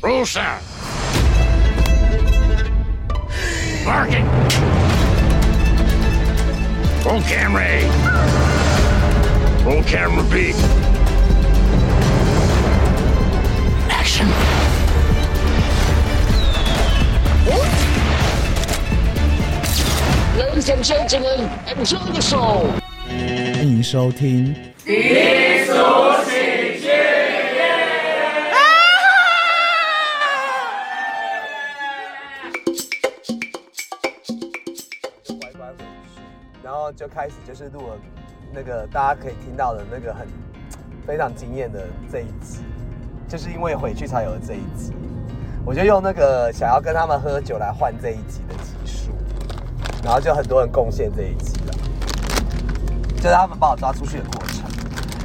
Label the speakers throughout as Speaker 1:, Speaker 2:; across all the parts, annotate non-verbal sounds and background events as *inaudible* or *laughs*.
Speaker 1: closer. Barking. Roll camera A. Roll camera B. Action.
Speaker 2: Ladies and gentlemen, enjoy the show.
Speaker 3: 欢迎收听。
Speaker 4: 乖乖回去，然后就开始就是录了那个大家可以听到的那个很非常惊艳的这一集，就是因为回去才有这一集，我就用那个想要跟他们喝酒来换这一集的集数，然后就很多人贡献这一集了，就是他们把我抓出去的过程。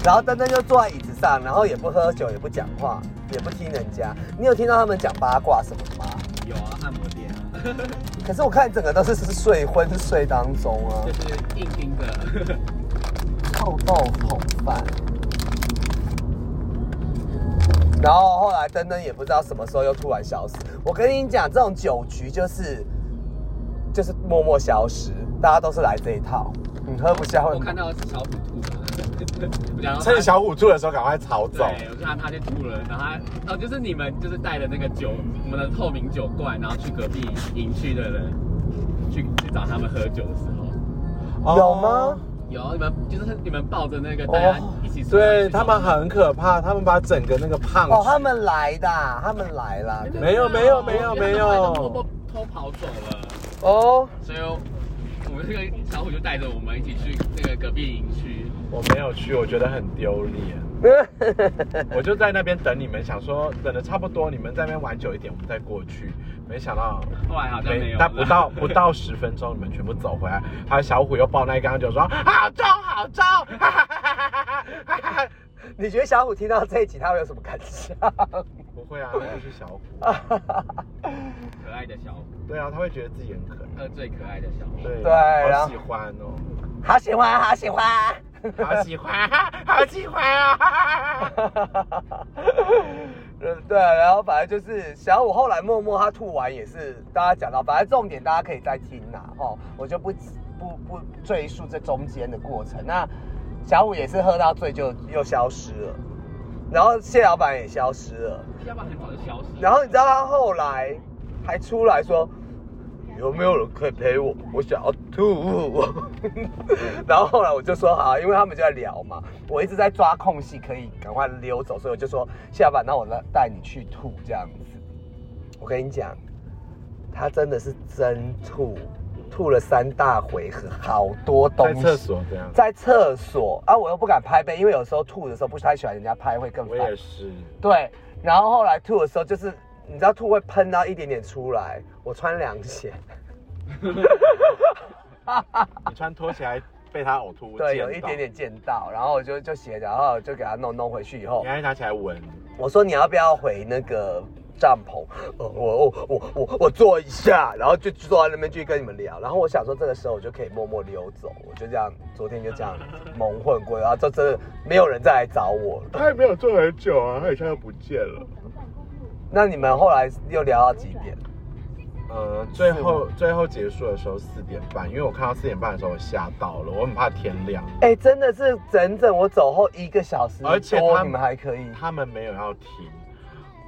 Speaker 4: 然后登登就坐在椅子上，然后也不喝酒，也不讲话，也不听人家。你有听到他们讲八卦什么的吗？
Speaker 5: 有啊，按摩店啊，
Speaker 4: *laughs* 可是我看整个都是是睡昏睡当中啊
Speaker 5: 就。是硬听的。
Speaker 4: 臭豆腐饭。然后后来登登也不知道什么时候又突然消失。我跟你讲，这种酒局就是就是默默消失，大家都是来这一套。你喝不下会
Speaker 5: 我看到小虎吐
Speaker 6: *laughs*
Speaker 5: 了，我想
Speaker 6: 趁小虎吐的时候赶快逃走。
Speaker 5: 对，我看到他就吐了，然后他哦，就是你们就是带的那个酒，我们的透明酒罐，然后去隔壁营区的人去去找他们喝酒的时候，
Speaker 6: 哦
Speaker 4: 有吗？
Speaker 5: 有你们就是你们抱着那个大家
Speaker 6: 哦
Speaker 5: 一起出来去
Speaker 6: 对
Speaker 5: 找
Speaker 6: 他们很可怕，他们把整个那个胖
Speaker 4: 哦，他们来的啊，他们来啦。
Speaker 5: 真的
Speaker 6: 没有没有没有没有
Speaker 5: 他们都偷偷偷跑走了，
Speaker 4: 哦，
Speaker 5: 所以我们这个小虎就带着我们一起去那个隔壁营区。
Speaker 6: 我没有去，我觉得很
Speaker 4: *laughs*
Speaker 6: 丢脸。我就在那边等你们，想说等的差不多，你们在那边玩久一点，我们再过去。没想到，
Speaker 5: 后来好像没有了
Speaker 6: 但不到不到十分钟，你们全部走回来。还有小虎又抱那一缸酒说：“好重，好重！” *laughs* 哈哈哈哈哈哈
Speaker 4: 你觉得小虎听到这一集他会有什么感 *laughs* 想？
Speaker 6: 不会啊，那就是小虎。
Speaker 4: 啊
Speaker 5: 可爱的小虎，
Speaker 6: 对啊，他会觉得自己很可爱。
Speaker 5: 呃，最可爱的小虎。
Speaker 6: 对
Speaker 4: 对然后
Speaker 6: 好喜欢哦。
Speaker 4: 好喜欢，好喜欢。 *laughs*
Speaker 6: 好喜欢，好喜欢啊！
Speaker 4: 呃对，然后反正就是小五后来默默他吐完也是大家讲到，反正重点大家可以再听啦，哦，我就不不不赘述这中间的过程。那小五也是喝到醉就又消失了，然后谢老板也消失了，
Speaker 5: 要不然很早就消失。
Speaker 4: 然后你知道他后来还出来说。有没有人可以陪我？我想要吐。 *laughs* 然后后来我就说好，因为他们就在聊嘛，我一直在抓空隙可以赶快溜走，所以我就说下班，那我来带你去吐这样子。我跟你讲，他真的是真吐，吐了三大回合，好多东
Speaker 6: *laughs* 在
Speaker 4: 西。
Speaker 6: 厕所这
Speaker 4: *laughs*
Speaker 6: 样，
Speaker 4: 在厕所啊，我又不敢拍背，因为有时候吐的时候不太喜欢人家拍，会更
Speaker 6: 我
Speaker 4: 烦。
Speaker 6: 也是。
Speaker 4: 对，然后后来吐的时候，就是你知道吐会喷到一点点出来，我穿凉鞋，
Speaker 6: 你穿拖鞋还被他呕吐，
Speaker 4: 对，
Speaker 6: 溅
Speaker 4: 有
Speaker 6: 到
Speaker 4: 一点点。溅到，然后我就就鞋，然后就给它弄弄回去以后
Speaker 6: 你，还拿起来闻，
Speaker 4: 我说你要不要回那个帐篷？呃我我我我我坐一下，然后就坐在那边去跟你们聊。然后我想说这个时候我就可以默默溜走，我就这样，昨天就这样蒙混过，然后就真的没有人再来找我了。
Speaker 6: 他也没有坐很久啊，他一下就不见了。
Speaker 4: 那你们后来又聊到几点？
Speaker 6: 呃，最后最后结束的时候四点半，因为我看到四点半的时候我吓到了，我很怕天亮。
Speaker 4: 哎、真的是整整我走后一个小时多，
Speaker 6: 而且他
Speaker 4: 嗯哦你们还可以
Speaker 6: 他们没有要停，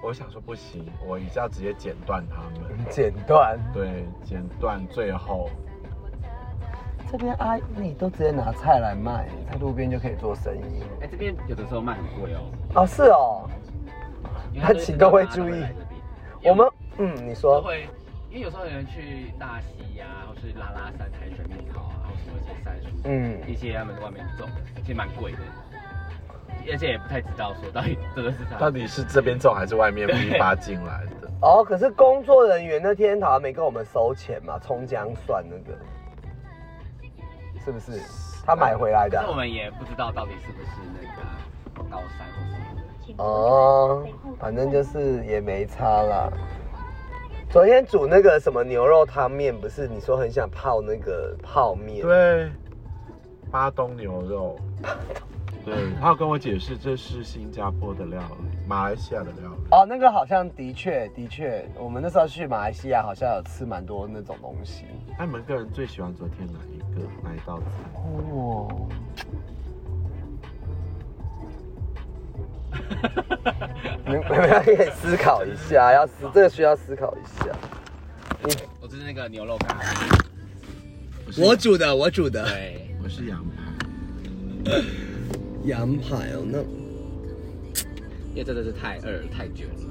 Speaker 6: 我想说不行，我一下直接剪断他们。
Speaker 4: 剪断。
Speaker 6: 对，剪断最后，
Speaker 4: 嗯这边阿姨都直接拿菜来卖，在路边就可以做生意。
Speaker 5: 哎、这边有的时候卖很贵哦。
Speaker 4: 哦，是哦，
Speaker 5: 因为
Speaker 4: 他请各位注意
Speaker 5: 都是大家都会来这边
Speaker 4: 我们嗯，你
Speaker 5: 都
Speaker 4: 说
Speaker 5: 会，因为有时候有人去大溪呀、或是拉拉山采水蜜桃啊，或什么一些山树，
Speaker 4: 嗯
Speaker 5: 一些他们外面种的，其实蛮贵的，而且也不太知道说到底真的是啥。
Speaker 6: 到底是这边种还是外面批发进来的？
Speaker 4: 哦，可是工作人员那天好像没跟我们收钱嘛，葱姜蒜那个，是不是？他买回来的啊
Speaker 5: 那我们也不知道到底是不是那个高山或什么的。
Speaker 4: 哦，反正就是也没差啦。昨天煮那个什么牛肉汤面，不是你说很想泡那个泡面？
Speaker 6: 对，巴东牛肉。对，他有跟我解释这是新加坡的料理，马来西亚的料理。
Speaker 4: 哦，那个好像的确的确，我们那时候去马来西亚好像有吃蛮多那种东西。
Speaker 6: 那你们个人最喜欢昨天哪一个哪一道菜？
Speaker 4: 哦，你 *laughs* 们你们要可以思考一下，要思这个需要思考一下。
Speaker 5: 我吃那个牛肉干，
Speaker 4: 我煮的，我煮的
Speaker 5: 对，
Speaker 6: 我是羊排。
Speaker 4: 羊排哦，那
Speaker 5: 因为真的是太饿太久了。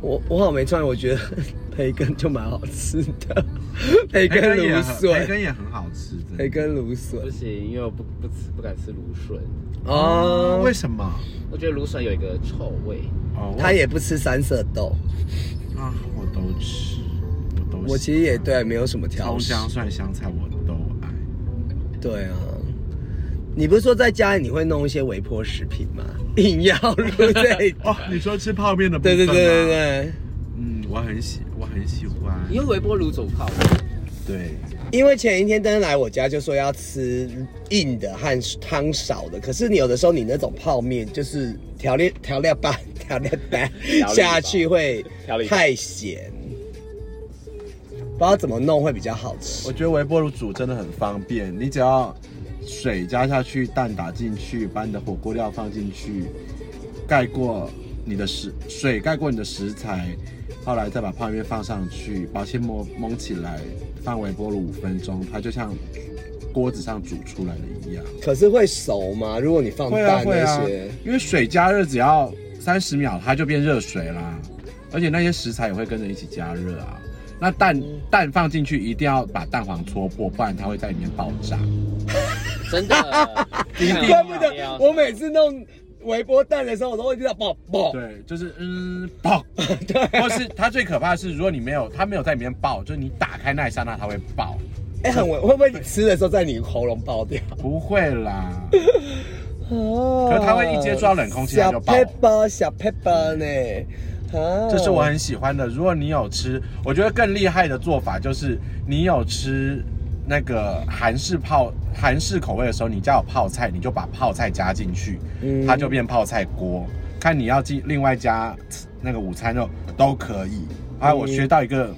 Speaker 4: 我我好没创意，我觉得 *laughs* 培根就蛮好吃的， *laughs* 培
Speaker 6: 培
Speaker 4: 根
Speaker 6: 根也
Speaker 4: 芦
Speaker 6: 很培
Speaker 4: 笋，
Speaker 6: 哎根也很好吃，真的
Speaker 4: 培根芦笋
Speaker 5: 不行，因为我不不吃不敢吃芦笋，
Speaker 4: 哦，
Speaker 6: 为什么？
Speaker 5: 我觉得芦笋有一个臭味。
Speaker 6: 哦，
Speaker 4: 他也不吃三色豆，
Speaker 6: 我啊，我都吃，我都喜欢
Speaker 4: 我其实也对没有什么挑
Speaker 6: 葱
Speaker 4: 食。
Speaker 6: 姜蒜香菜我都爱。
Speaker 4: 对啊，你不是说在家里你会弄一些微波食品吗？ *laughs* 硬要录 *laughs* 这一
Speaker 6: 哦，你说吃泡面的部
Speaker 4: 对
Speaker 6: 分
Speaker 4: 对对
Speaker 6: 吗
Speaker 4: 对，对，
Speaker 6: 嗯，我很喜我很喜欢，
Speaker 5: 你用微波炉煮泡吗？
Speaker 6: 对，
Speaker 4: 因为前一天登来我家就说要吃硬的和汤少的，可是你有的时候你那种泡面就是调料调料吧调料吧
Speaker 5: 包
Speaker 4: 下去会
Speaker 5: 调理包
Speaker 4: 太咸，不知道怎么弄会比较好吃
Speaker 6: 我。觉得微波炉煮真的很方便，你只要水加下去，蛋打进去，把你的火锅料放进去，盖过你的食水，盖过你的食材，后来再把泡面放上去，保鲜膜蒙起来，放微波炉五分钟，它就像锅子上煮出来的一样。
Speaker 4: 可是会熟吗？如果你放
Speaker 6: 会啊
Speaker 4: 蛋
Speaker 6: 会
Speaker 4: 那
Speaker 6: 啊
Speaker 4: 些，，
Speaker 6: 因为水加热只要三十秒，它就变热水啦，而且那些食材也会跟着一起加热啊。那蛋
Speaker 4: 嗯
Speaker 6: 蛋放进去一定要把蛋黄戳破，不然它会在里面爆炸。
Speaker 5: 真的，一
Speaker 4: 怪
Speaker 6: 啊
Speaker 4: 不得我每次弄微波蛋的时候，我都会听到爆爆。
Speaker 6: 对，就是嗯爆，对，或是它最可怕的是，如果你没有它没有在里面爆，就是你打开那一刹那它会爆，
Speaker 4: 哎、很危，会不会你吃的时候在你喉咙爆掉？
Speaker 6: 不会啦。
Speaker 4: 哦
Speaker 6: 可是它会一接触到冷空气它就爆
Speaker 4: 小 pepper，小 pepper 呢？啊，
Speaker 6: 这是我很喜欢的。如果你有吃，我觉得更厉害的做法就是你有吃那个韩式泡韩式口味的时候，你家有泡菜，你就把泡菜加进去，
Speaker 4: 嗯
Speaker 6: 它就变泡菜锅。看你要进另外加那个午餐肉都可以。还有我学到一个。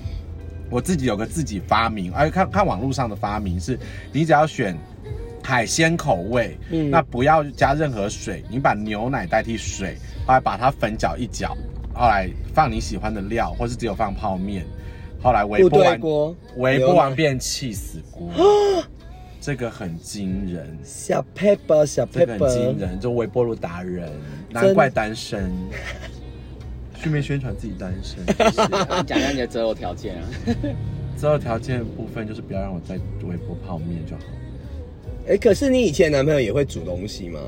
Speaker 6: 我自己有个自己发明，哎，看看网络上的发明是，你只要选海鲜口味，
Speaker 4: 嗯
Speaker 6: 那不要加任何水，你把牛奶代替水，后来把它粉搅一搅，后来放你喜欢的料，或是只有放泡面，后来微
Speaker 4: 部
Speaker 6: 波
Speaker 4: 队
Speaker 6: 完，
Speaker 4: 锅，
Speaker 6: 微波
Speaker 4: 牛
Speaker 6: 完
Speaker 4: 奶
Speaker 6: 变气死锅， *gasps* 这个很惊人，
Speaker 4: 小 pepper，小
Speaker 6: 这个很惊
Speaker 4: pepper，
Speaker 6: 人，就微波炉达人，
Speaker 4: 真
Speaker 6: 难怪
Speaker 4: *laughs*
Speaker 6: 单身。顺便宣传自己单身，谢谢
Speaker 5: 你讲一下你的择偶条件
Speaker 4: *laughs*
Speaker 5: 啊？
Speaker 6: 择偶条件的部分就是不要让我再微波泡面就好。
Speaker 4: 哎、可是你以前男朋友也会煮东西吗？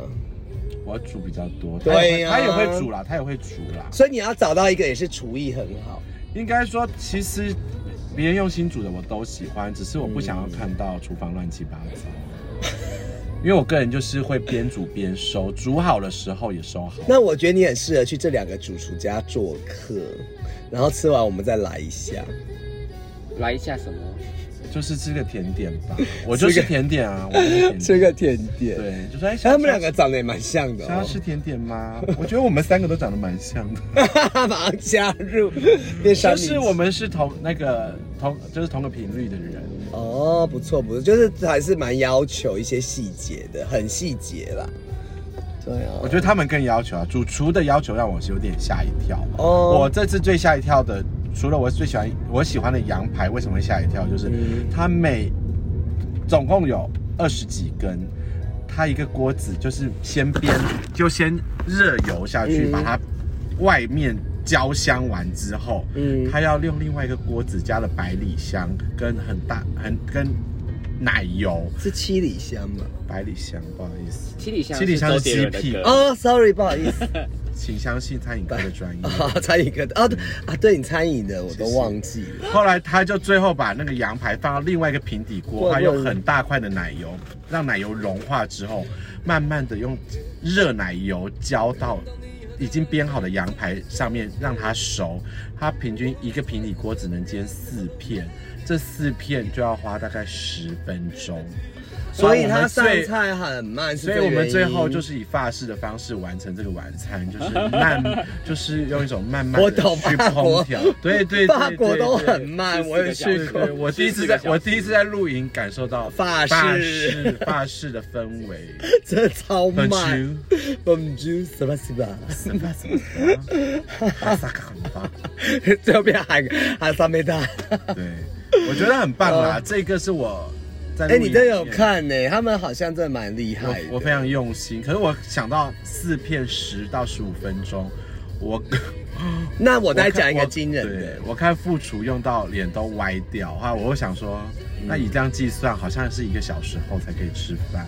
Speaker 6: 我要煮比较多，他
Speaker 4: 对
Speaker 6: 也
Speaker 4: 呀
Speaker 6: 会他也会煮啦，他也会煮啦。
Speaker 4: 所以你要找到一个也是厨艺很好，
Speaker 6: 应该说，其实别人用心煮的我都喜欢，只是我不想要看到厨房乱七八糟。因为我个人就是会边煮边收，煮好的时候也收好。
Speaker 4: 那我觉得你很适合去这两个主厨家做客，然后吃完我们再来一下。
Speaker 5: 来一下什么？
Speaker 6: 就是吃个甜点
Speaker 4: *laughs*
Speaker 6: 吧，我就是甜点啊，我就是甜
Speaker 4: 吃
Speaker 6: 点。
Speaker 4: 个甜点。
Speaker 6: 对，就说哎，
Speaker 4: 他们两
Speaker 6: 个
Speaker 4: 个长得也蛮像的、
Speaker 6: 想要
Speaker 4: 哦，
Speaker 6: 吃甜点吗？我觉得我们三个都长得蛮像的。
Speaker 4: *laughs* 马上加入，变 *laughs* 三
Speaker 6: 嗯就
Speaker 4: 明治
Speaker 6: 是我们是同那个同就是同个频率的人，
Speaker 4: 哦，不错不错，就是还是蛮要求一些细节的，很细节啦。对啊，
Speaker 6: 我觉得他们更要求啊，主厨的要求让我是有点吓一跳。
Speaker 4: 哦
Speaker 6: 我这次最吓一跳的，除了我最喜欢我喜欢的羊排，为什么会吓一跳？就是
Speaker 4: 嗯
Speaker 6: 它每总共有二十几根，它一个锅子就是先煸，
Speaker 4: *laughs*
Speaker 6: 就先热油下去，
Speaker 4: 嗯
Speaker 6: 把它外面焦香完之后，
Speaker 4: 嗯
Speaker 6: 它要用另外一个锅子加了百里香跟很大很跟奶油，
Speaker 4: 是七里香嘛。
Speaker 6: 百里香不好意思，
Speaker 5: 七里香，
Speaker 6: 七里香
Speaker 5: 周
Speaker 6: 是
Speaker 5: 杰伦的
Speaker 6: CP
Speaker 5: 歌。
Speaker 4: 哦、s o r r y 不好意
Speaker 6: *laughs*
Speaker 4: 思
Speaker 6: 请相信餐饮科
Speaker 4: *laughs*
Speaker 6: 的专业。
Speaker 4: 啊，餐饮哥的啊，对啊，对你餐饮的我都忘记了。
Speaker 6: 后来他就最后把那个羊排放到另外一个平底锅，
Speaker 4: 哇
Speaker 6: 还有很大块的奶油，让奶油融化之后，慢慢的用热奶油浇到已经煸好的羊排上面，让它熟。它平均一个平底锅只能煎四片，这四片就要花大概十分钟。
Speaker 4: 所以
Speaker 6: 我
Speaker 4: 它
Speaker 6: 们
Speaker 4: 上
Speaker 6: 最
Speaker 4: 菜很慢，是。
Speaker 6: 所以我们最后就是是以法式的方式完成这个晚餐，就是
Speaker 4: *laughs*
Speaker 6: 慢，就是用一种慢慢
Speaker 4: 我
Speaker 6: 的
Speaker 4: 懂
Speaker 6: 去
Speaker 4: 法国
Speaker 6: 烹调。对对，对
Speaker 4: 法国
Speaker 6: 对
Speaker 4: 都
Speaker 6: 对
Speaker 4: 很慢，我也
Speaker 6: 对
Speaker 4: 去过
Speaker 6: 对，。我第一次在，我第一次在露营感受到
Speaker 4: 法式
Speaker 6: 法式法式的氛
Speaker 4: *laughs*
Speaker 6: 围，
Speaker 4: *laughs* 真的超
Speaker 6: 很
Speaker 4: 慢。
Speaker 6: chill。
Speaker 4: Bonjour, ça va, ça *laughs* va？
Speaker 6: *laughs* 哈萨卡很棒，
Speaker 4: 这边喊喊萨梅
Speaker 6: *laughs*
Speaker 4: 达。
Speaker 6: 对，我觉得很棒啦。这个是我在
Speaker 4: 哦哎，
Speaker 6: 露营
Speaker 4: 你真的有
Speaker 6: 里面
Speaker 4: 看呢？他们好像真的蛮厉害的
Speaker 6: 我我非常用心，可是我想到四片十到十五分钟，我
Speaker 4: 那我
Speaker 6: 我
Speaker 4: 再
Speaker 6: 再
Speaker 4: 讲一个惊人的，
Speaker 6: 我看副厨用到脸都歪掉哈，我会想说，
Speaker 4: 嗯
Speaker 6: 那以这样计算，好像是一个小时后才可以吃饭。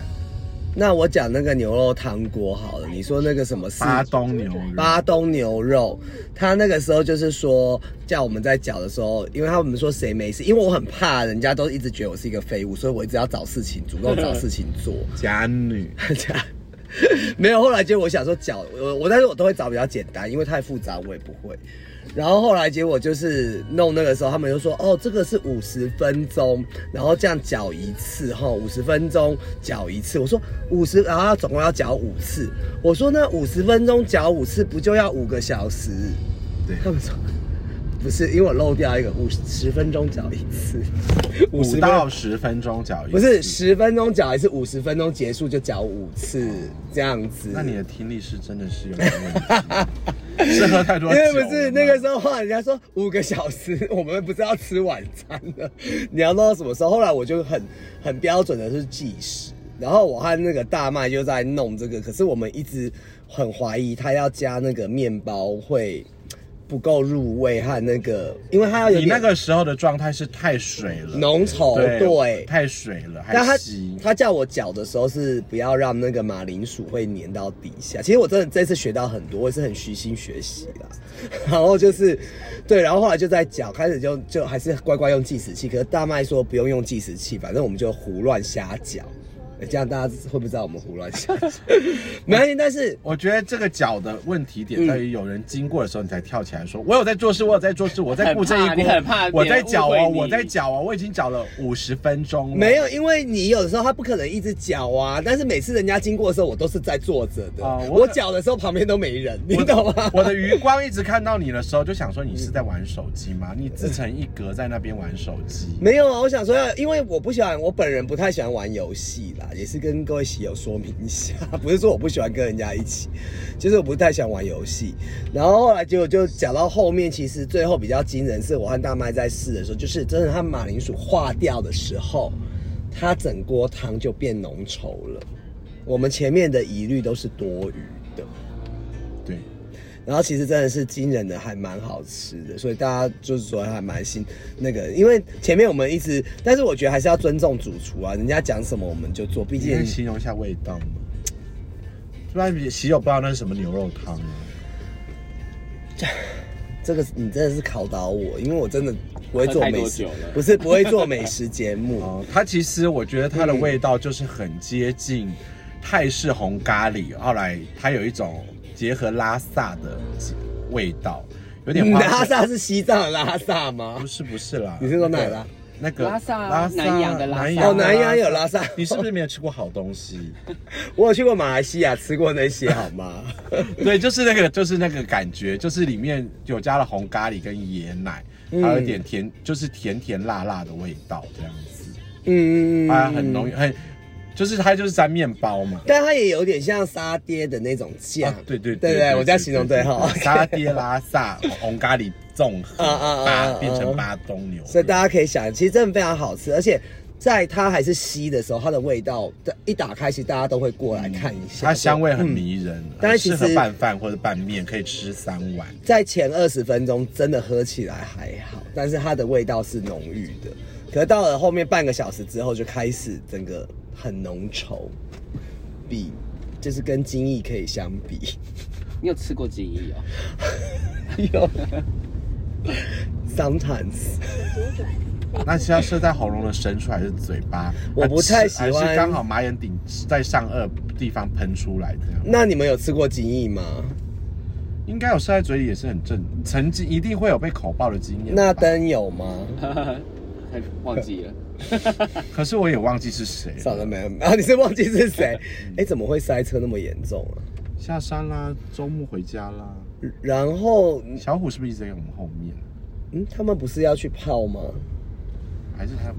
Speaker 4: 那我讲那个牛肉汤锅好了。你说那个什么四
Speaker 6: 巴东牛肉，
Speaker 4: 巴东牛肉，他那个时候就是说，叫我们在搅的时候，因为他们说谁没事，因为我很怕人家都一直觉得我是一个废物，所以我一直要找事情，
Speaker 6: *laughs*
Speaker 4: 主动找事情做。
Speaker 6: 假
Speaker 4: *laughs*
Speaker 6: 女，
Speaker 4: 这样 *laughs* 没有，后来结果我想说搅，我我但是我都会找比较简单，因为太复杂我也不会。然后后来结果就是弄那个时候，他们就说哦，这个是五十分钟，然后这样搅一次哈，五十分钟搅一次。我说五十，然后他总共要搅五次。我说那五十分钟搅五次，不就要五个小时？
Speaker 6: 对，
Speaker 4: 他们说不是，因为我漏掉一个五十分钟搅一次，
Speaker 6: 五
Speaker 4: 分
Speaker 6: 到十分钟搅一次。
Speaker 4: 不是，十分钟搅一次，五十分钟结束就搅五次这样子。
Speaker 6: 那你的听力是真的是有点问
Speaker 4: *laughs*
Speaker 6: 题，是喝太多
Speaker 4: 因
Speaker 6: 酒了
Speaker 4: 为
Speaker 6: 吗。
Speaker 4: 不是那个时候，后来人家说五个小时，我们不是要吃晚餐了，你要弄到什么时候？后来我就很很标准的是计时，然后我和那个大麦就在弄这个，可是我们一直很怀疑他要加那个面包会不够入味和那个，因为他要有
Speaker 6: 你那
Speaker 4: 点
Speaker 6: 个时候的状态是太水了，
Speaker 4: 浓稠，对
Speaker 6: 太水了，
Speaker 4: 但
Speaker 6: 还
Speaker 4: 他
Speaker 6: 稀。
Speaker 4: 他叫我搅的时候是不要让那个马铃薯会粘到底下。其实我真的这次学到很多，我也是很虚心学习啦。 *laughs* 然后就是，对，然后后来就在搅，开始就就还是乖乖用计时器。可是大麦说不用用计时器，反正我们就胡乱瞎搅。诶这样大家会不知道我们胡乱
Speaker 6: *laughs*
Speaker 4: 瞎搅？没关系，但是
Speaker 6: 我觉得这个脚的问题
Speaker 5: 嗯
Speaker 6: 点在于，有人经过的时候，你才跳起来说：“我有在做事，我有在做事，我在顾这一锅，
Speaker 5: 你很怕 *laughs*
Speaker 6: 我在搅
Speaker 5: 别
Speaker 6: 哦，
Speaker 5: 人误会你
Speaker 6: 我在搅哦，我已经搅了五十分钟了。”
Speaker 4: 没有，因为你有的时候他不可能一直搅啊。但是每次人家经过的时候，我都是在坐着的。
Speaker 6: 哦
Speaker 4: 我
Speaker 6: 我
Speaker 4: 搅的时候旁边都没人，你
Speaker 6: 我的
Speaker 4: 懂
Speaker 5: 啊
Speaker 4: 吗？
Speaker 6: 我的余光一直看到你的时候，就想说你是在玩手机吗？
Speaker 5: 嗯
Speaker 6: 你自成一格在那边玩手机。
Speaker 4: 没有啊，我想说要，因为我不喜欢，我本人不太喜欢玩游戏啦，也是跟各位喜友说明一下，不是说我不喜欢跟人家一起，就是我不太喜欢玩游戏。然后后来结果就讲到后面，其实最后比较惊人是我和大麦在试的时候，就是真的它马铃薯化掉的时候，它整锅汤就变浓稠了。我们前面的疑虑都是多余的。
Speaker 6: 对，
Speaker 4: 然后其实真的是惊人的，还蛮好吃的，所以大家就是说还蛮新那个，因为前面我们一直，但是我觉得还是要尊重主厨啊，人家讲什么我们就做，毕
Speaker 6: 你可
Speaker 4: 竟
Speaker 6: 以形容一下味道吗？不然喜友不知道那是什么牛肉汤啊
Speaker 4: 这个你真的是考倒我，因为我真的不会做
Speaker 5: 喝太多
Speaker 4: 美食
Speaker 5: 酒了，
Speaker 4: 不是不会做美食节目，
Speaker 6: 哦，它其实我觉得它
Speaker 4: 嗯
Speaker 6: 的味道就是很接近泰式红咖喱，后来它有一种结合拉萨的味道，有点
Speaker 4: 嗯
Speaker 6: 花
Speaker 4: 拉
Speaker 6: 生。
Speaker 4: 萨是西藏的拉萨吗
Speaker 6: 不？是不是啦，
Speaker 4: 你是说哪啦？
Speaker 6: 那个
Speaker 5: 拉萨南洋的拉萨
Speaker 6: 的
Speaker 4: 哦南洋有拉萨
Speaker 6: 你是不是没有吃过好东西？ *laughs*
Speaker 4: 我有去过马来西亚吃过那些好吗？嗯
Speaker 6: 对，就是那个，就是那个感觉，就是里面有加了红咖喱跟椰奶，
Speaker 4: 嗯
Speaker 6: 还有一点甜，就是甜甜辣辣的味道这样子，
Speaker 4: 嗯，
Speaker 6: 它哎很浓，很，就是它就是沾面包嘛，
Speaker 4: 但它也有点像沙爹的那种酱
Speaker 6: 啊，对对
Speaker 4: 对对，我这样形容对哈。
Speaker 6: 沙爹拉萨哦红咖喱综合
Speaker 4: 啊啊啊啊
Speaker 6: 巴
Speaker 4: 啊
Speaker 6: 变成巴东牛肉，
Speaker 4: 所以大家可以想，其实真的非常好吃，而且在它还是稀的时候，它的味道的一打开，其实大家都会过来看一下。
Speaker 6: 它香味很迷人，
Speaker 4: 但
Speaker 6: 很
Speaker 4: 是嗯其
Speaker 6: 适
Speaker 4: 实
Speaker 6: 合拌饭或者拌面，可以吃三碗。
Speaker 4: 在前二十分钟真的喝起来还好，但是它的味道是浓郁的。可是到了后面半个小时之后，就开始整个很浓稠，比就是跟精益可以相比。 *laughs*
Speaker 5: 你有吃过记忆哦？
Speaker 4: 有 sometimes
Speaker 6: 那是要射在喉咙的深处还是嘴巴？
Speaker 4: 我不太喜欢
Speaker 6: 还是刚好马眼顶在上颚地方喷出来这样。
Speaker 4: 那你们有吃过精益吗？
Speaker 6: 应该有射在嘴里也是很正，曾经一定会有被口爆的经
Speaker 5: *laughs*
Speaker 6: 验吧。
Speaker 4: 那灯有吗？
Speaker 5: 太哦忘记了。
Speaker 6: 可是我也忘记是谁了
Speaker 4: 算了，没有。 *laughs* 然后你是忘记是谁？
Speaker 6: 嗯
Speaker 4: 哎，怎么会塞车那么严重啊？
Speaker 6: 下山啦，周末回家啦。
Speaker 4: 然后，
Speaker 6: 小虎是不是一直在我们后面？
Speaker 4: 嗯，他们不是要去泡吗？
Speaker 6: 还是他？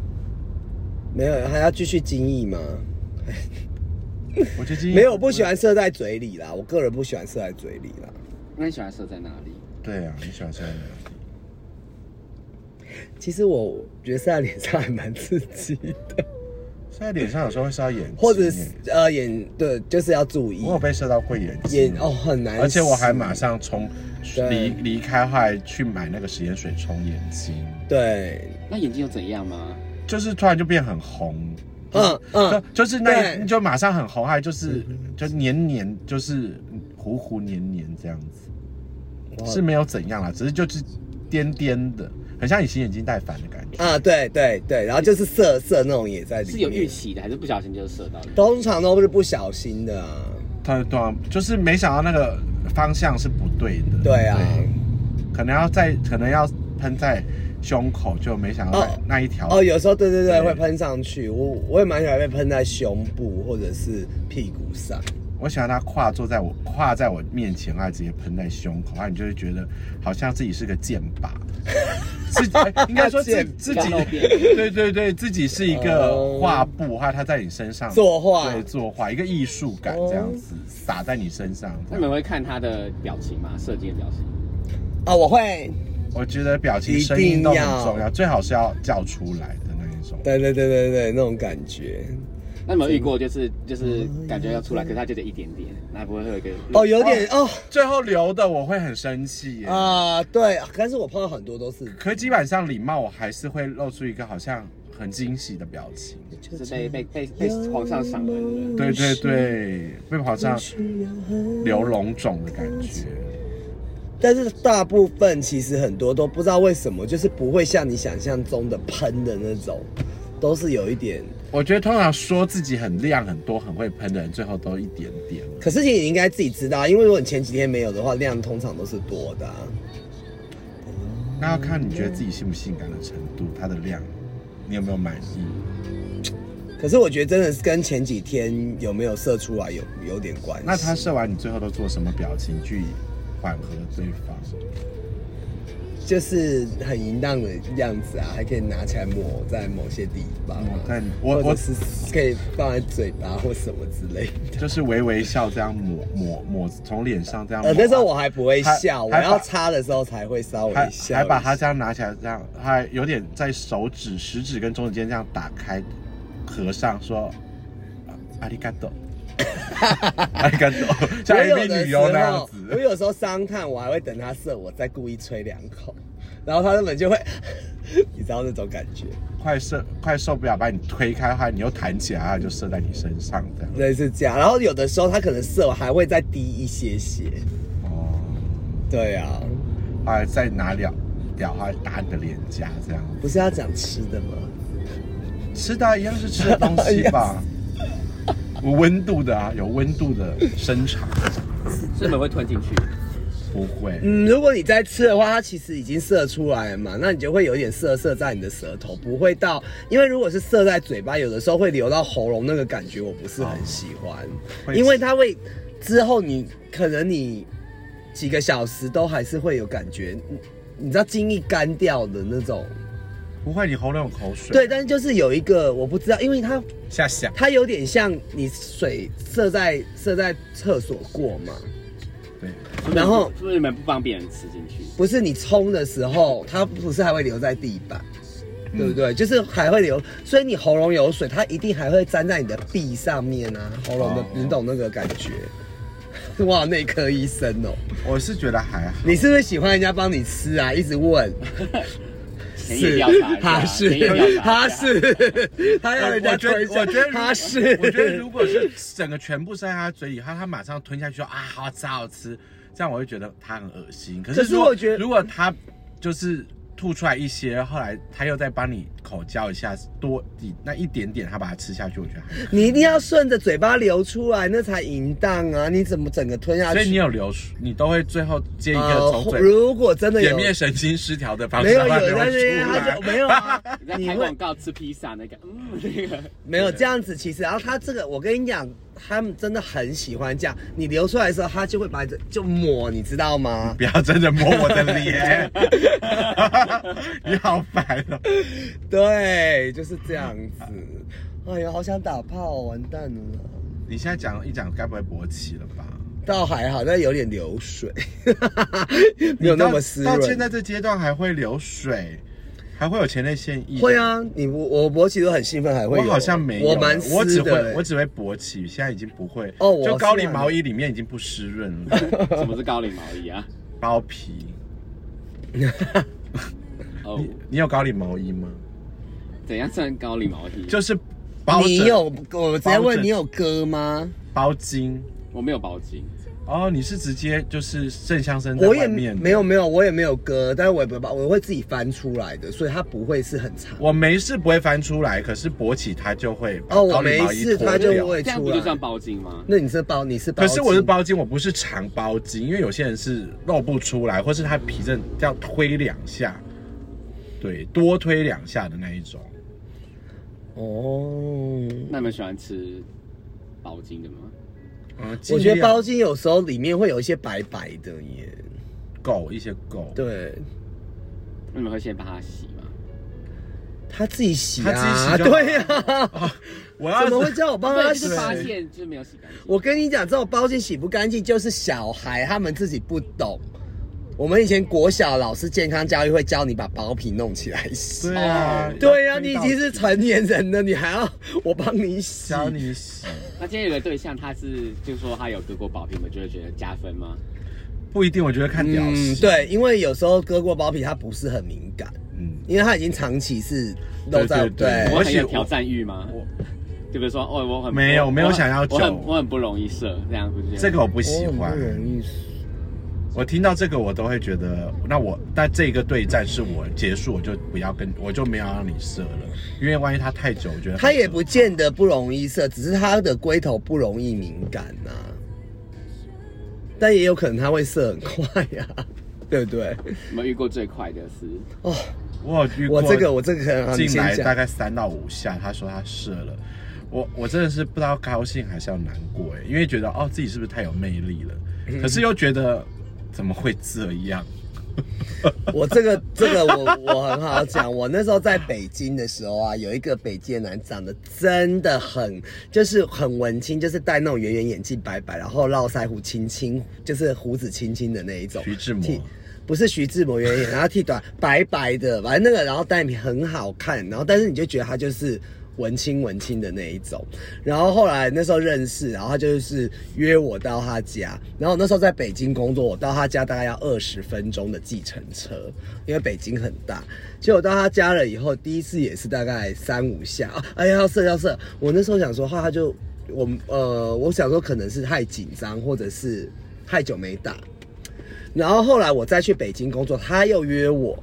Speaker 4: 没有，还要继续精益吗？
Speaker 6: 嗯我最近
Speaker 4: 没有，我不喜。欢射在嘴里啦。我个人不喜欢射在嘴里啦。
Speaker 5: 那你喜欢射在哪里？
Speaker 6: 对啊，你喜欢谁？
Speaker 4: 其实我觉得射在脸上还蛮刺激
Speaker 6: *laughs*
Speaker 4: 的，
Speaker 6: 现在脸上有时候会射到眼睛，
Speaker 4: 或者是呃眼对，就是要注意
Speaker 6: 我有被射到过眼睛
Speaker 4: 眼哦，很难洗。
Speaker 6: 而且我还马上冲
Speaker 4: 对
Speaker 6: 离离开，后来去买那个食盐水冲眼睛，
Speaker 4: 对，
Speaker 5: 那眼睛有怎样吗？
Speaker 6: 就是突然就变很红，
Speaker 4: 嗯嗯，
Speaker 6: 就就是那
Speaker 4: 对嗯
Speaker 6: 就马上很红，还就是就黏黏，就是糊糊黏黏这样子，
Speaker 4: 我
Speaker 6: 是没有怎样啦，只是就是颠颠的，很像隐形眼镜戴反的感觉。
Speaker 4: 啊，对对对，然后就是色色那种也在里面，
Speaker 5: 是有预，期的，还是不小心就射到的？
Speaker 4: 通常都是不小心的啊。
Speaker 6: 他对啊，就是没想到那个方向是不对的。
Speaker 4: 对啊，
Speaker 6: 可能要在可能要喷在胸口，就没想到那,、
Speaker 4: 哦
Speaker 6: 那一条
Speaker 4: 哦，有时候对对对
Speaker 6: 对
Speaker 4: 会喷上去，我我也蛮喜欢被喷在胸部或者是屁股上，
Speaker 6: 我喜欢他跨坐在我跨在我面前，他直接喷在胸口，然后啊你就会觉得好像自己是个箭
Speaker 4: *laughs*
Speaker 6: 靶，自己哎应该说自
Speaker 4: 箭靶
Speaker 6: 自己
Speaker 5: 干肉片
Speaker 6: 对对对，自己是一
Speaker 4: 哦
Speaker 6: 个画布，画他在你身上
Speaker 4: 作画哦
Speaker 6: 对作画一个艺术感这样子洒在你身上
Speaker 5: 那
Speaker 6: 这样
Speaker 5: 你
Speaker 4: 嗯
Speaker 5: 们会看他的表情吗？射箭的表情？
Speaker 4: 啊，我会，
Speaker 6: 我觉得表情
Speaker 4: 一
Speaker 6: 声音
Speaker 4: 定
Speaker 6: 都很
Speaker 4: 要
Speaker 6: 重要，最好是要叫出来的那一种。
Speaker 4: 对对对对对，那种感觉，
Speaker 6: 嗯
Speaker 5: 那你们有遇过就是就是感觉要出来，可是他就得一点点，那不会会有一个
Speaker 4: 哎哦，有点哦
Speaker 6: 最后留的我会很生气耶。
Speaker 4: 啊，对，但是我碰到很多都是
Speaker 6: 可基本上礼貌，我还是会露出一个好像很惊喜的表情。
Speaker 5: 就是被被被被皇上赏
Speaker 4: 哎
Speaker 5: 恩了。
Speaker 6: 对对对，被好像流龙种的感觉。
Speaker 4: 但是大部分其实很多都不知道为什么，就是不会像你想象中的喷的那种，都是有一点。
Speaker 6: 我觉得通常说自己很亮、很多、很会喷的人，最后都一点点。
Speaker 4: 可是你应该自己知道，啊因为如果你前几天没有的话，量通常都是多的啊、
Speaker 6: 那要看你觉得自己性不性感的程度，它的量，你有没有满意？
Speaker 4: 可是我觉得真的是跟前几天有没有射出来有有点关系。
Speaker 6: 那他射完，你最后都做什么表情去缓和对方？
Speaker 4: 就是很淫荡的样子啊，还可以拿起来抹在某些地方、啊，
Speaker 6: 抹在哦我
Speaker 4: 或
Speaker 6: 我
Speaker 4: 者是可以放在嘴巴或什么之类的。
Speaker 6: 就是微微笑，这样抹抹抹，从脸上这样抹。啊
Speaker 4: 呃，那时候我还不会笑，我
Speaker 6: 还还把
Speaker 4: 要擦的时候才会稍微
Speaker 6: 还
Speaker 4: 笑
Speaker 6: 还把
Speaker 4: 一
Speaker 6: 它
Speaker 4: 下
Speaker 6: 这样拿起来，这样还有点在手指、食指跟中指间这样打开，合上说，啊阿里嘎多，
Speaker 4: *laughs*
Speaker 6: 阿里嘎多，像
Speaker 4: 我
Speaker 6: A
Speaker 4: 有
Speaker 6: V
Speaker 4: 的
Speaker 6: 女
Speaker 4: 时
Speaker 6: 优那样
Speaker 4: 候，我
Speaker 6: 子。
Speaker 4: 有时候伤炭，我还会等他射，我再故意吹两口，然后他根本就会， *laughs* 你知道那种感觉，
Speaker 6: 快受快受不了，把你推开，后来你又弹起来，它就射在你身上这样。
Speaker 4: 类似这样。然后有的时候他可能射我还会再低一些些，
Speaker 6: 哦，
Speaker 4: 对啊，
Speaker 6: 后来再拿了啊屌，后来打你的脸颊这样。
Speaker 4: 不是要讲吃的吗？
Speaker 6: 吃的啊一样是吃的东西
Speaker 4: *laughs*
Speaker 6: 吧？
Speaker 4: 哎
Speaker 6: 有温度的啊，有温度的生肠
Speaker 5: 所以你们会吞进去，
Speaker 6: 不会。
Speaker 4: 嗯，如果你在吃的话，它其实已经射出来了嘛，那你就会有点涩涩在你的舌头，不会到，因为如果是射在嘴巴，有的时候会流到喉咙，那个感觉我不是很喜
Speaker 6: 会
Speaker 4: 欢，因为它会之后你可能你几个小时都还是会有感觉，你你知道精液干掉的那种，
Speaker 6: 不会，你喉咙有口水。
Speaker 4: 对，但是就是有一个我不知道，因为它
Speaker 6: 下下。
Speaker 4: 它有点像你水射在射在厕所过嘛，
Speaker 6: 对，
Speaker 4: 然后
Speaker 5: 是不是你们不帮别人吃进去？
Speaker 4: 不是你冲的时候，它不是还会留在地板，
Speaker 6: 嗯
Speaker 4: 对不对？就是还会留，所以你喉咙有水，它一定还会粘在你的壁上面啊，喉咙的
Speaker 6: 哦，
Speaker 4: 你懂那个感觉？哇，内科医生哦，
Speaker 6: 我是觉得还好。
Speaker 4: 你是不是喜欢人家帮你吃啊？一直
Speaker 6: *laughs*
Speaker 4: 问，他
Speaker 5: 田野调查一下田野调查一
Speaker 4: 是，
Speaker 5: 下
Speaker 4: 他是，
Speaker 6: *laughs*
Speaker 4: 他要
Speaker 6: 我
Speaker 4: 人家
Speaker 6: 我觉
Speaker 4: 推，
Speaker 6: 得我觉得如
Speaker 4: 他是，
Speaker 6: 我觉得如果是整个全部塞在他嘴里，他他马上吞下去说啊，好吃好吃，这样我会觉得他很恶心。可是
Speaker 4: 可是
Speaker 6: 如果
Speaker 4: 我觉得
Speaker 6: 如果他就是吐出来一些，后来他又再帮你口交一下，多一那一点点，他把它吃下去，我觉得还可
Speaker 4: *laughs* 你一定要顺着嘴巴流出来，那才淫荡啊！你怎么整个吞下
Speaker 6: 以。
Speaker 4: 去？
Speaker 6: 所以你有流出，你都会最后接一个从
Speaker 4: 呃，
Speaker 6: 嘴
Speaker 4: 如果真的
Speaker 6: 颜
Speaker 4: 有
Speaker 6: 面神经失调
Speaker 4: *laughs*
Speaker 6: 的方式
Speaker 4: 没有
Speaker 6: 让它
Speaker 4: 有，
Speaker 6: 流
Speaker 4: 但是
Speaker 6: 出
Speaker 4: 他
Speaker 6: 来
Speaker 4: 就。没有啊
Speaker 5: 你在
Speaker 4: 你
Speaker 5: 拍
Speaker 4: 会
Speaker 5: 广告吃披萨那个，嗯，那个
Speaker 4: 没有这样子，其实，然后他这个，我跟你讲，他们真的很喜欢这样。你流出来的时候，他就会把这就抹，你知道吗？
Speaker 6: 不要真的摸我的脸， *laughs* 你好烦哦！
Speaker 4: 对，就是这样子。哎呀，好想打炮，哦完蛋了。
Speaker 6: 你现在讲一讲，该不会勃起了吧？
Speaker 4: 倒还好，但有点流水， *laughs* 没有那么湿
Speaker 6: 到
Speaker 4: 润。
Speaker 6: 到现在这阶段还会流水，还会有前列腺液？
Speaker 4: 会啊，你我我勃起都很兴奋，还会
Speaker 6: 我
Speaker 4: 有
Speaker 6: 好像没有，
Speaker 4: 我蛮
Speaker 6: 我只
Speaker 4: 湿的
Speaker 6: 会
Speaker 4: 欸
Speaker 6: 我只会勃起，现在已经不会
Speaker 4: 哦我
Speaker 6: 就高
Speaker 4: 是
Speaker 6: 领
Speaker 4: 啊
Speaker 6: 毛衣里面已经不湿润了，
Speaker 4: *laughs*
Speaker 5: *laughs* 什么是高领毛衣啊？
Speaker 6: 包皮。
Speaker 5: 哦、
Speaker 6: 你你有高领毛衣吗？
Speaker 5: 怎样算高领毛衣？
Speaker 6: 就是包
Speaker 4: 你
Speaker 6: 着
Speaker 4: 有我直接
Speaker 6: 包
Speaker 4: 问
Speaker 6: 着
Speaker 4: 你有割吗？
Speaker 6: 包巾
Speaker 5: 我没有包巾，
Speaker 6: 哦，你是直接就是正向身在
Speaker 4: 我
Speaker 6: 外
Speaker 4: 也
Speaker 6: 面的
Speaker 4: 没有没有，我也没有割，但是我也不把我会自己翻出来的，所以它不会是很长。
Speaker 6: 我没事不会翻出来，可是勃起它就会把
Speaker 4: 哦，我
Speaker 6: 高领
Speaker 4: 没
Speaker 6: 毛衣
Speaker 4: 事，
Speaker 6: 脱
Speaker 4: 它
Speaker 6: 掉
Speaker 4: 就。会
Speaker 5: 这样
Speaker 4: 出
Speaker 5: 不
Speaker 4: 来
Speaker 5: 就。算包巾吗？
Speaker 4: 那你是包，你是包
Speaker 6: 可
Speaker 4: 巾，
Speaker 6: 是我是包巾，我不是长包巾，因为有些人是露不出来，或是他皮正要推两下，对，多推两下的那一种。
Speaker 4: 哦。
Speaker 5: 那你们喜欢吃包巾的吗？
Speaker 6: 嗯，
Speaker 4: 我
Speaker 6: 尽
Speaker 4: 觉得
Speaker 6: 量
Speaker 4: 包巾有时候里面会有一些白白的耶。
Speaker 6: 狗一些狗，
Speaker 4: 对，
Speaker 5: 那你们会先帮它洗吗？
Speaker 4: 他自己洗啊，
Speaker 6: 他自己洗就好
Speaker 4: *laughs* 对呀、
Speaker 6: 啊， *laughs* 我要
Speaker 4: 怎么会叫我帮他
Speaker 5: 对，
Speaker 4: 洗
Speaker 5: 就是？发现就是没有洗干净。
Speaker 4: 我跟你讲，这种包巾洗不干净，就是小孩他们自己不懂。我们以前国小老师健康教育会教你把包皮弄起来洗。
Speaker 6: 对啊，
Speaker 4: 对呀、
Speaker 6: 要
Speaker 4: 你
Speaker 6: 推
Speaker 4: 已
Speaker 6: 到
Speaker 4: 经是成年人了，你还要我帮你洗？
Speaker 6: 教你洗，
Speaker 5: 那今天有个对象，他是就说他有割过包皮，你们就会觉得加分吗？
Speaker 6: 不一定，我觉得看屌
Speaker 4: 嗯，
Speaker 6: 丝，，
Speaker 4: 对，因为有时候割过包皮，它不是很敏感，
Speaker 6: 嗯，
Speaker 4: 因为它已经长期是露在
Speaker 6: 对对对
Speaker 5: 我很
Speaker 6: 而且
Speaker 5: 有
Speaker 6: 哎我
Speaker 5: 挑战欲吗？
Speaker 6: 我
Speaker 5: 就比如说，哦，我很
Speaker 6: 没有
Speaker 5: 我
Speaker 6: 没有想要
Speaker 5: 我很
Speaker 6: 救
Speaker 5: 我很不容易射，这样不是
Speaker 6: 哦这个我不
Speaker 4: 我
Speaker 6: 喜
Speaker 4: 很不
Speaker 6: 欢，
Speaker 4: 容易
Speaker 6: 我听到这个我都会觉得，那我那这个对战是我结束，我就不要跟，我就没有让你射了，因为万一他太久，我觉得很
Speaker 4: 它也
Speaker 6: 可
Speaker 4: 不见得不容易射，只是它的龟头不容易敏感呐、但也有可能它会射很快呀、 *laughs* 对不对？
Speaker 5: 有没有遇过最快的是？
Speaker 4: 哦，
Speaker 6: 我有遇
Speaker 4: 我
Speaker 6: 过
Speaker 4: 这个我这个可能好你
Speaker 6: 进来
Speaker 4: 先
Speaker 6: 大
Speaker 4: 讲。
Speaker 6: 概三到五下，他说他射了，我我真的是不知道高兴还是要难过哎，因为觉得哦自己是不是太有魅力了，
Speaker 4: 嗯
Speaker 6: 可是又觉得怎么会这样？
Speaker 4: 我这个这个我我很好讲，我那时候在北京的时候啊，有一个北京的男长得真的很就是很文青，就是戴那种圆圆眼镜白白，然后络腮胡青青，就是胡子青青的那一种。
Speaker 6: 徐志摩
Speaker 4: 剃不是徐志摩圆眼，然后剃短白白的，反正那个然后单眼皮很好看，然后但是你就觉得他就是文青文青的那一种。然后后来那时候认识，然后他就是约我到他家，然后我那时候在北京工作，我到他家大概要二十分钟的计程车，因为北京很大。结果到他家了以后，第一次也是大概三五下，啊哎呀要射要射，我那时候想说，哈他就我呃我想说可能是太紧张，或者是太久没打。然后后来我再去北京工作，他又约我，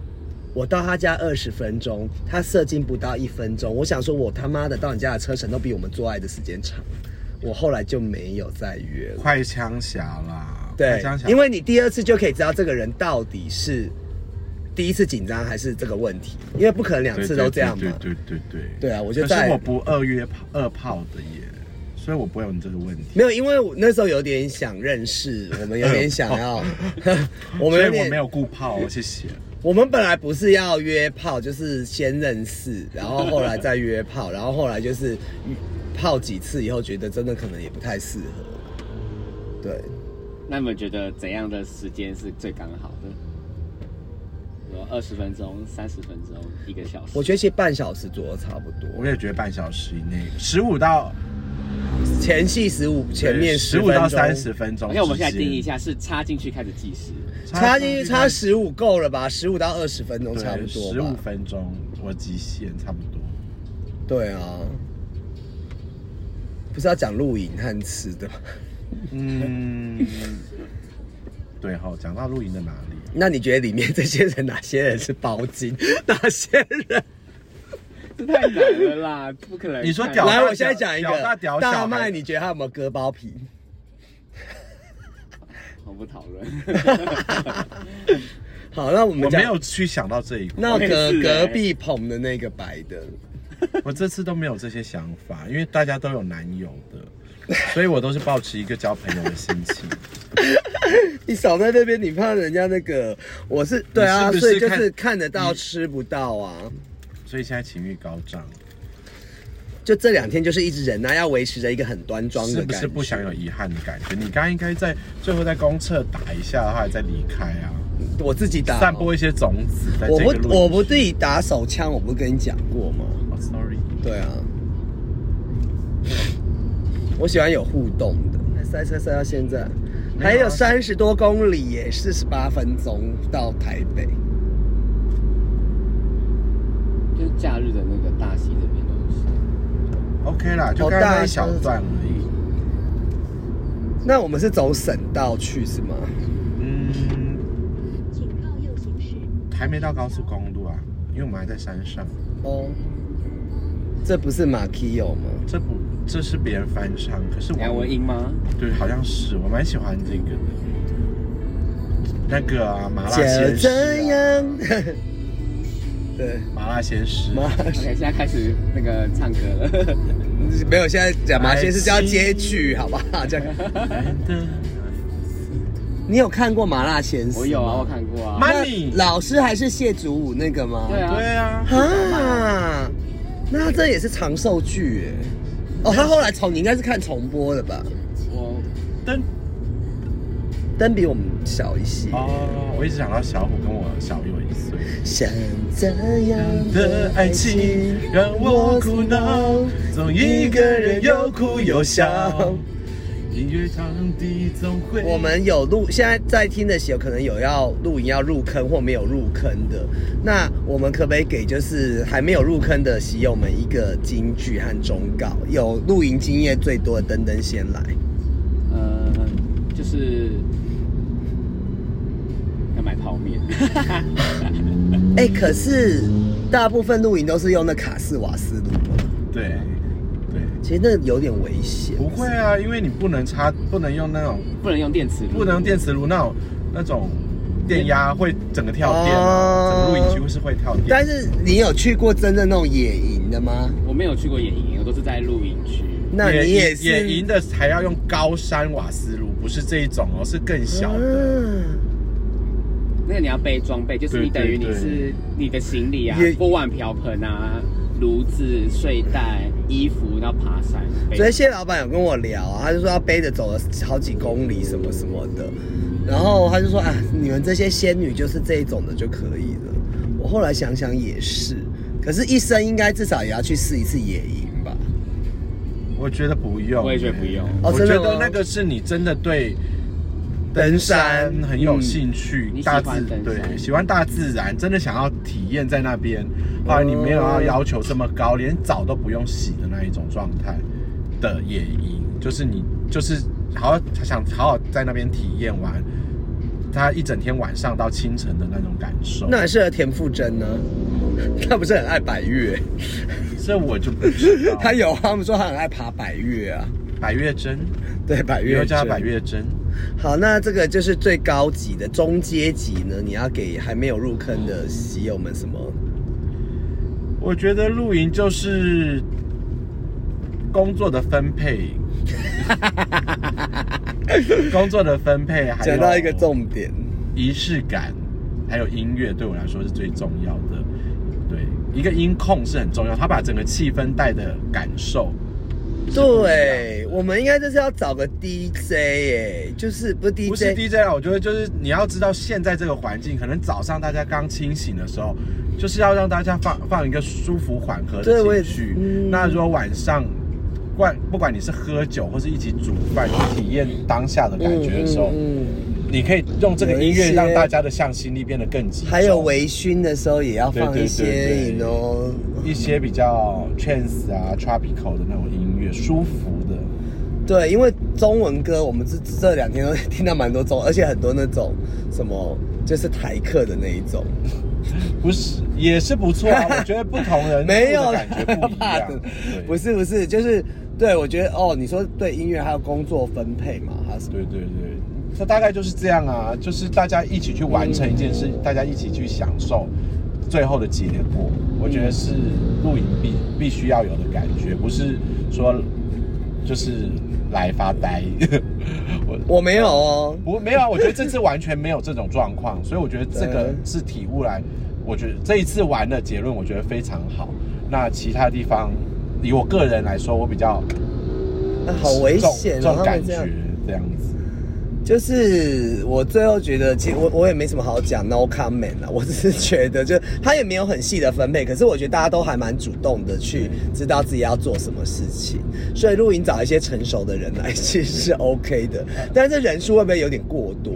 Speaker 4: 我到他家二十分钟，他射精不到一分钟。我想说，我他妈的到你家的车程都比我们做爱的时间长。我后来就没有再约了。
Speaker 6: 快枪侠啦，快
Speaker 4: 对
Speaker 6: 枪，侠，
Speaker 4: 因为你第二次就可以知道这个人到底是第一次紧张还是这个问题，因为不可能两
Speaker 6: 对
Speaker 4: 次都这样嘛。
Speaker 6: 对对对对对
Speaker 4: 对啊我就
Speaker 6: 可
Speaker 4: 在
Speaker 6: 是我不二约炮二炮的耶，所以我不会有你这个问题。
Speaker 4: 没有，因为我那时候有点想认识，我们有点想
Speaker 6: *laughs*
Speaker 4: 要， *laughs* 我们
Speaker 6: 所
Speaker 4: 有
Speaker 6: 以我
Speaker 4: 点
Speaker 6: 没有顾炮哦，谢谢。
Speaker 4: 我们本来不是要约炮，就是先认识，然后后来再约炮，然后后来就是泡几次以后，觉得真的可能也不太适合。对，
Speaker 5: 那你们觉得怎样的时间是最刚好的？有二十分钟、三十分钟、一个小时？
Speaker 4: 我觉得其实半小时左右差不多。
Speaker 6: 我也觉得半小时以内，十五到
Speaker 4: 前戏十五，前面
Speaker 6: 十
Speaker 4: 十
Speaker 6: 五到三十，分钟
Speaker 5: 而
Speaker 6: 之间。
Speaker 5: 且我们现在定义一下，是插进去开始计时。
Speaker 4: 插进去差十五够了吧？十五到二十分钟差不多
Speaker 6: 十五
Speaker 4: 吧？
Speaker 6: 分钟，我极限差不多。
Speaker 4: 对啊，不是要讲露营和吃的吗？
Speaker 6: *laughs* 嗯，对哈、讲到露营的哪里啊？
Speaker 4: 那你觉得里面这些人哪些人是包金，哪些人？
Speaker 5: 这太难了
Speaker 6: *laughs*
Speaker 5: 啦，不可能。
Speaker 6: 你说屌
Speaker 4: 来，
Speaker 6: 大
Speaker 4: 我现在讲一
Speaker 6: 屌
Speaker 4: 个
Speaker 6: 大屌小
Speaker 4: 大
Speaker 6: 孩
Speaker 4: 麦，你觉得他有没有割包皮？
Speaker 5: 我不讨论。 *laughs*
Speaker 4: 好，那我们
Speaker 6: 我
Speaker 4: 讲
Speaker 6: 没有去想到这一块，
Speaker 4: 那
Speaker 5: 我也
Speaker 4: 隔
Speaker 5: 是
Speaker 6: 哎
Speaker 5: 欸
Speaker 4: 隔壁棚的那个白的，
Speaker 6: 我这次都没有这些想法，因为大家都有男友
Speaker 4: *laughs*
Speaker 6: 的，所以我都是保持一个交朋友的心情。
Speaker 4: 你少在那边，你怕人家那个？我是对啊，
Speaker 6: 你是不
Speaker 4: 所
Speaker 6: 是
Speaker 4: 以就
Speaker 6: 看
Speaker 4: 是看得到吃不到啊。
Speaker 6: 所以现在情欲高涨，
Speaker 4: 就这两天就是一直忍耐，要维持着一个很端庄的
Speaker 6: 是
Speaker 4: 感
Speaker 6: 不
Speaker 4: 觉。
Speaker 6: 是不想有遗憾的感觉？你刚刚应该在最后在公厕打一下的话，再离开啊，
Speaker 4: 我自己打哦
Speaker 6: 散播一些种子在这
Speaker 4: 我
Speaker 6: 个
Speaker 4: 不
Speaker 6: 路。
Speaker 4: 我不自己打手枪，我不是跟你讲过吗？
Speaker 6: 哦，sorry，
Speaker 4: 对啊，我喜欢有互动的。塞车塞到现在，还有啊三十多公里耶，四十八分钟到台北。
Speaker 5: 就是假日的那个大溪那边东西，
Speaker 6: ，OK 啦，就
Speaker 4: 好
Speaker 6: 刚刚
Speaker 4: 大
Speaker 6: 那一小
Speaker 4: 声
Speaker 6: 段而已。
Speaker 4: 那我们是走省道去是吗？
Speaker 6: 嗯，
Speaker 7: 请靠右行驶。
Speaker 6: 还没到高速公路啊，因为我们还在山上。
Speaker 4: 哦，这不是马 k i o 吗？
Speaker 6: 这不，这是别人翻唱，可哎是我
Speaker 5: 梁文音吗？
Speaker 6: 对，好像是，我蛮喜欢这个的。那个啊，麻辣鲜
Speaker 4: 就
Speaker 6: 师、
Speaker 4: 这
Speaker 6: 啊，
Speaker 4: *laughs* 样。对，
Speaker 6: 麻辣鲜师，
Speaker 4: 马
Speaker 5: OK，现在开始那个唱歌了。
Speaker 6: *laughs*
Speaker 4: 没有，现在讲马先是叫接剧，好不好？这样， *laughs*
Speaker 6: 哎
Speaker 4: 你有看过《麻辣鲜师》吗？
Speaker 5: 我有啊，我看过啊。
Speaker 6: 妈
Speaker 4: 那
Speaker 6: Money
Speaker 4: 老师还是谢祖武那个吗？
Speaker 5: 对啊，
Speaker 6: 对啊，
Speaker 4: 啊，那这也是长寿剧耶。哦，他后来重，你应该是看重播的吧？
Speaker 5: 我
Speaker 6: 但
Speaker 4: 灯比我们小一些。
Speaker 6: 哦，我一直想到小虎跟我小有一岁。
Speaker 4: 像这样
Speaker 6: 的
Speaker 4: 的
Speaker 6: 爱
Speaker 4: 爱
Speaker 6: 情
Speaker 4: 情
Speaker 6: 让我苦恼，总一个人又哭又笑。音乐场地总会
Speaker 4: 我们有录，现在在听的有可能有要录影要入坑或没有入坑的，那我们可不可以给就是还没有入坑的喜友们一个金句和忠告？有露营经验最多的登登先来，
Speaker 5: 呃，就是要买泡
Speaker 6: *laughs*
Speaker 5: 面。
Speaker 4: 哎、可是大部分露营都是用那卡式瓦斯炉嘛，
Speaker 6: 对对，
Speaker 4: 其实那有点危险。
Speaker 6: 不会啊，因为你不能插，不能用那种，
Speaker 5: 不能用电磁炉，
Speaker 6: 不能用电磁炉那种那种电压会整个跳电啊，整
Speaker 4: 哦
Speaker 6: 个录影区会是会跳电。
Speaker 4: 但是你有去过真正那种野营的吗？
Speaker 5: 我没有去过野营，我都是在露营区。
Speaker 4: 那你也是
Speaker 6: 野营的还要用高山瓦斯炉，不是这一种哦，是更小的。
Speaker 4: 啊
Speaker 5: 那个你要背装备，就是你
Speaker 6: 对
Speaker 5: 等于
Speaker 6: 对
Speaker 5: 你
Speaker 6: 对
Speaker 5: 是你的行李啊
Speaker 4: 也，
Speaker 5: 锅碗瓢盆啊，炉子、睡袋、衣服，然后爬山。背
Speaker 4: 所以谢老板有跟我聊啊，他就说他背着走了好几公里什么什么的，然后他就说啊，你们这些仙女就是这一种的就可以了。我后来想想也是，可是一生应该至少也要去试一次野营吧。
Speaker 6: 我觉得不用，
Speaker 5: 我也觉得不用
Speaker 4: 哦
Speaker 6: 我
Speaker 4: 真
Speaker 6: 觉
Speaker 4: 的吗
Speaker 6: 得那个是你真的对
Speaker 4: 登山
Speaker 6: 很有兴趣，
Speaker 5: 嗯
Speaker 6: 大
Speaker 5: 你喜
Speaker 6: 自
Speaker 5: 欢登山
Speaker 6: 对喜欢大自然，真的想要体验在那边。后来你没有要要求这么高，连澡都不用洗的那一种状态的野营，就是你就是好好想好好在那边体验完。他一整天晚上到清晨的那种感受，
Speaker 4: 那很适合田馥甄呢， *laughs* 他不是很爱百越，
Speaker 6: 这我就不知道。
Speaker 4: *laughs* 他有啊他们说他很爱爬百越啊，
Speaker 6: 百月针，
Speaker 4: 对百
Speaker 6: 又
Speaker 4: 越
Speaker 6: 叫他
Speaker 4: 加
Speaker 6: 百。月针，
Speaker 4: 好，那这个就是最高级的中阶级呢，你要给还没有入坑的喜友们什么？
Speaker 6: 我觉得露营就是工作的分配，工作的分配，还
Speaker 4: 讲
Speaker 6: 有
Speaker 4: 到一个重点。
Speaker 6: 仪式感，还有音乐对我来说是最重要的。对，一个音控是很重要，他把整个气氛带的感受。
Speaker 4: 对，我们应该就是要找个 DJ 哎、就是不是 DJ，
Speaker 6: 不是 DJ 啊，我觉得就是你要知道现在这个环境，可能早上大家刚清醒的时候，就是要让大家放放一个舒服缓和
Speaker 4: 对我
Speaker 6: 的
Speaker 4: 也
Speaker 6: 情绪。
Speaker 4: 嗯
Speaker 6: 那如果晚上，不管不管你是喝酒或是一起煮饭，去体验当下的感觉的时候，
Speaker 4: 嗯嗯
Speaker 6: 你可以用这个音
Speaker 4: 有一
Speaker 6: 乐
Speaker 4: 些
Speaker 6: 让大家的向心力变得更集中，
Speaker 4: 还有微醺的时候也要放一
Speaker 6: 对
Speaker 4: 些
Speaker 6: 对对对
Speaker 4: you know，
Speaker 6: 一些比较 trance 啊 tropical 的那种音乐，舒服的。
Speaker 4: 对，因为中文歌，我们这这两天都听到蛮多中，而且很多那种什么就是台客的那一种，
Speaker 6: 不是也是不
Speaker 4: *laughs*
Speaker 6: 错啊，我觉得不同人
Speaker 4: 没有
Speaker 6: 的感觉不一
Speaker 4: 怕
Speaker 6: 样
Speaker 4: 的，
Speaker 6: 对
Speaker 4: 不是不是，就是对我觉得哦，你说对音乐还有工作分配嘛，还是
Speaker 6: 对对对，这大概就是这样啊，就是大家一起去完成一件事，大家一起去享受最后的结果。我觉得是露营必必须要有的感觉，不是说就是来发呆。 *laughs* 我
Speaker 4: 我没有哦，
Speaker 6: 不没有啊，我觉得这次完全没有这种状况，所以我觉得这个
Speaker 4: 对
Speaker 6: 是体悟来，我觉得这一次玩的结论我觉得非常好。那其他地方，以我个人来说，我比较
Speaker 4: 那好危
Speaker 6: 重
Speaker 4: 险哦，
Speaker 6: 重
Speaker 4: 他
Speaker 6: 感
Speaker 4: 们
Speaker 6: 觉
Speaker 4: 这样。
Speaker 6: 这样子。
Speaker 4: 就是我最后觉得，其实我我也没什么好讲，no comment 啦。 *laughs* 我只是觉得就，他也没有很细的分配，可是我觉得大家都还蛮主动的去知道自己要做什么事情，所以露营找一些成熟的人来，其实是 *laughs* OK 的。但是这人数会不会有点过多？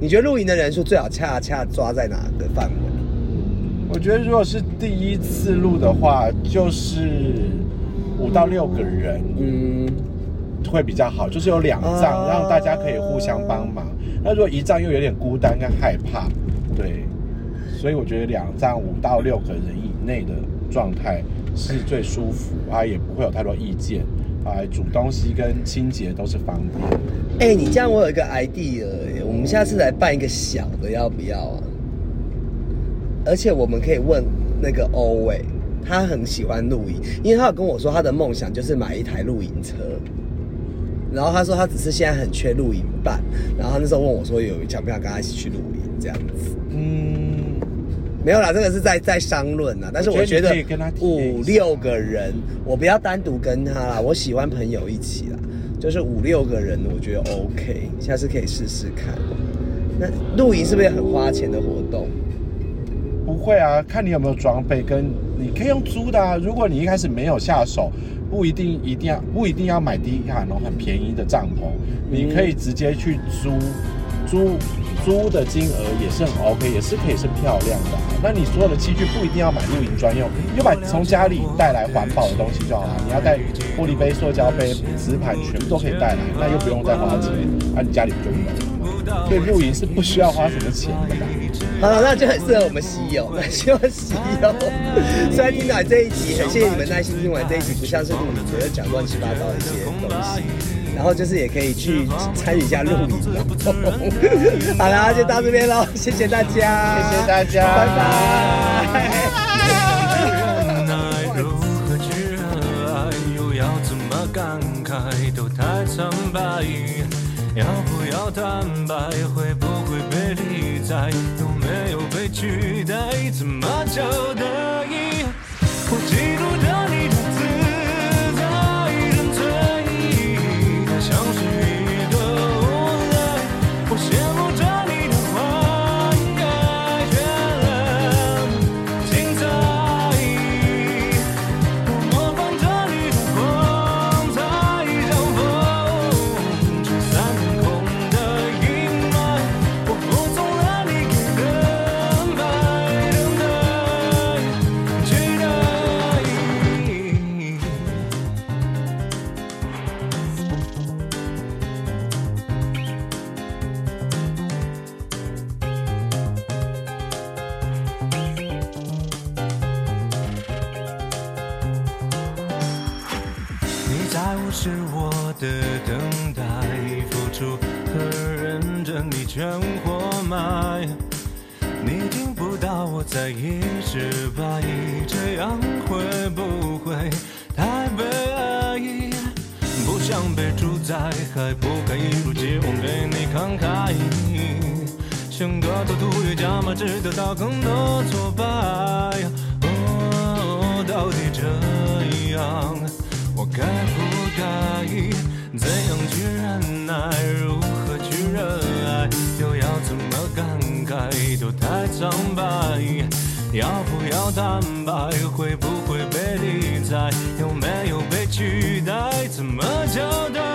Speaker 4: 你觉得露营的人数最好恰恰抓在哪个范围？
Speaker 6: 我觉得如果是第一次录的话，就是五到六个人
Speaker 4: 嗯，
Speaker 6: 会比较好，就是有两
Speaker 4: 啊
Speaker 6: 仗，让大家可以互相帮忙。那如果一仗又有点孤单跟害怕，对，所以我觉得两仗五到六个人以内的状态是最舒服啊，也不会有太多意见啊，煮东西跟清洁都是方便。
Speaker 4: 哎、你这样我有一个 idea，耶我们下次来办一个小的，要不要啊？而且我们可以问那个欧伟，他很喜欢露营，因为他有跟我说他的梦想就是买一台露营车。然后他说他只是现在很缺露营伴，然后他那时候问我说有想不想跟他一起去露营这样子，
Speaker 6: 嗯，
Speaker 4: 没有啦，这个是在在商论啊啦。但是我
Speaker 6: 我
Speaker 4: 觉
Speaker 6: 觉
Speaker 4: 得
Speaker 6: 得你可以跟他提
Speaker 4: 五
Speaker 6: 一下
Speaker 4: 六个人，我不要单独跟他啦，我喜欢朋友一起啦，就是五六个人，我觉得 OK，下次可以试试看。那露营是不是很花钱的活动？
Speaker 6: 不会啊，看你有没有装备，跟你可以用租的啊。如果你一开始没有下手，不一定一定要不一定要买低卡侬很便宜的帐篷，你可以直接去租，租租的金额也是很 OK，也是可以是漂亮的啊、那你所有的器具不一定要买露营专用，你就把从家里带来环保的东西就好了。你要带玻璃杯、塑胶杯、瓷盘，全部都可以带来，那又不用再花钱，那、你家里不就有了？所以露营是不需要花什么钱的啦。
Speaker 4: 好了，那就很适合我们喜友，那希望喜友。 *laughs* 虽然听到这一集，很谢谢你们耐心听完这一集，不像是录影，只是讲乱七八糟的一些东西。然后就是也可以去参与一下录影哦。 *laughs* 好啦，就到这边喽，谢谢大家，
Speaker 6: 谢谢大家
Speaker 4: 拜拜。
Speaker 8: 无奈如何去爱，又要怎么感慨，都太苍白。要不要坦白，会不会被理睬，都没有被取代，怎么叫得意？我嫉妒着你的自在沉醉，它像是一个无赖，我羡慕着你的花开绚烂。精彩，我模仿着你的光彩，像风吹散天空的阴霾。我服从了你给的安排，等待，期待。你在无视我的等待，付出和认真你全活埋。你听不到我在意失败，这样会不会太悲哀？不想被主宰，还不该一如既往对你慷慨。想得到突越加码，只得到更多挫败。哦，到底这样，我该不该？怎样去忍耐？如何去热爱？又要怎么感慨？都太苍白。要不要坦白？会不会被理睬？有没有被取代？怎么交代？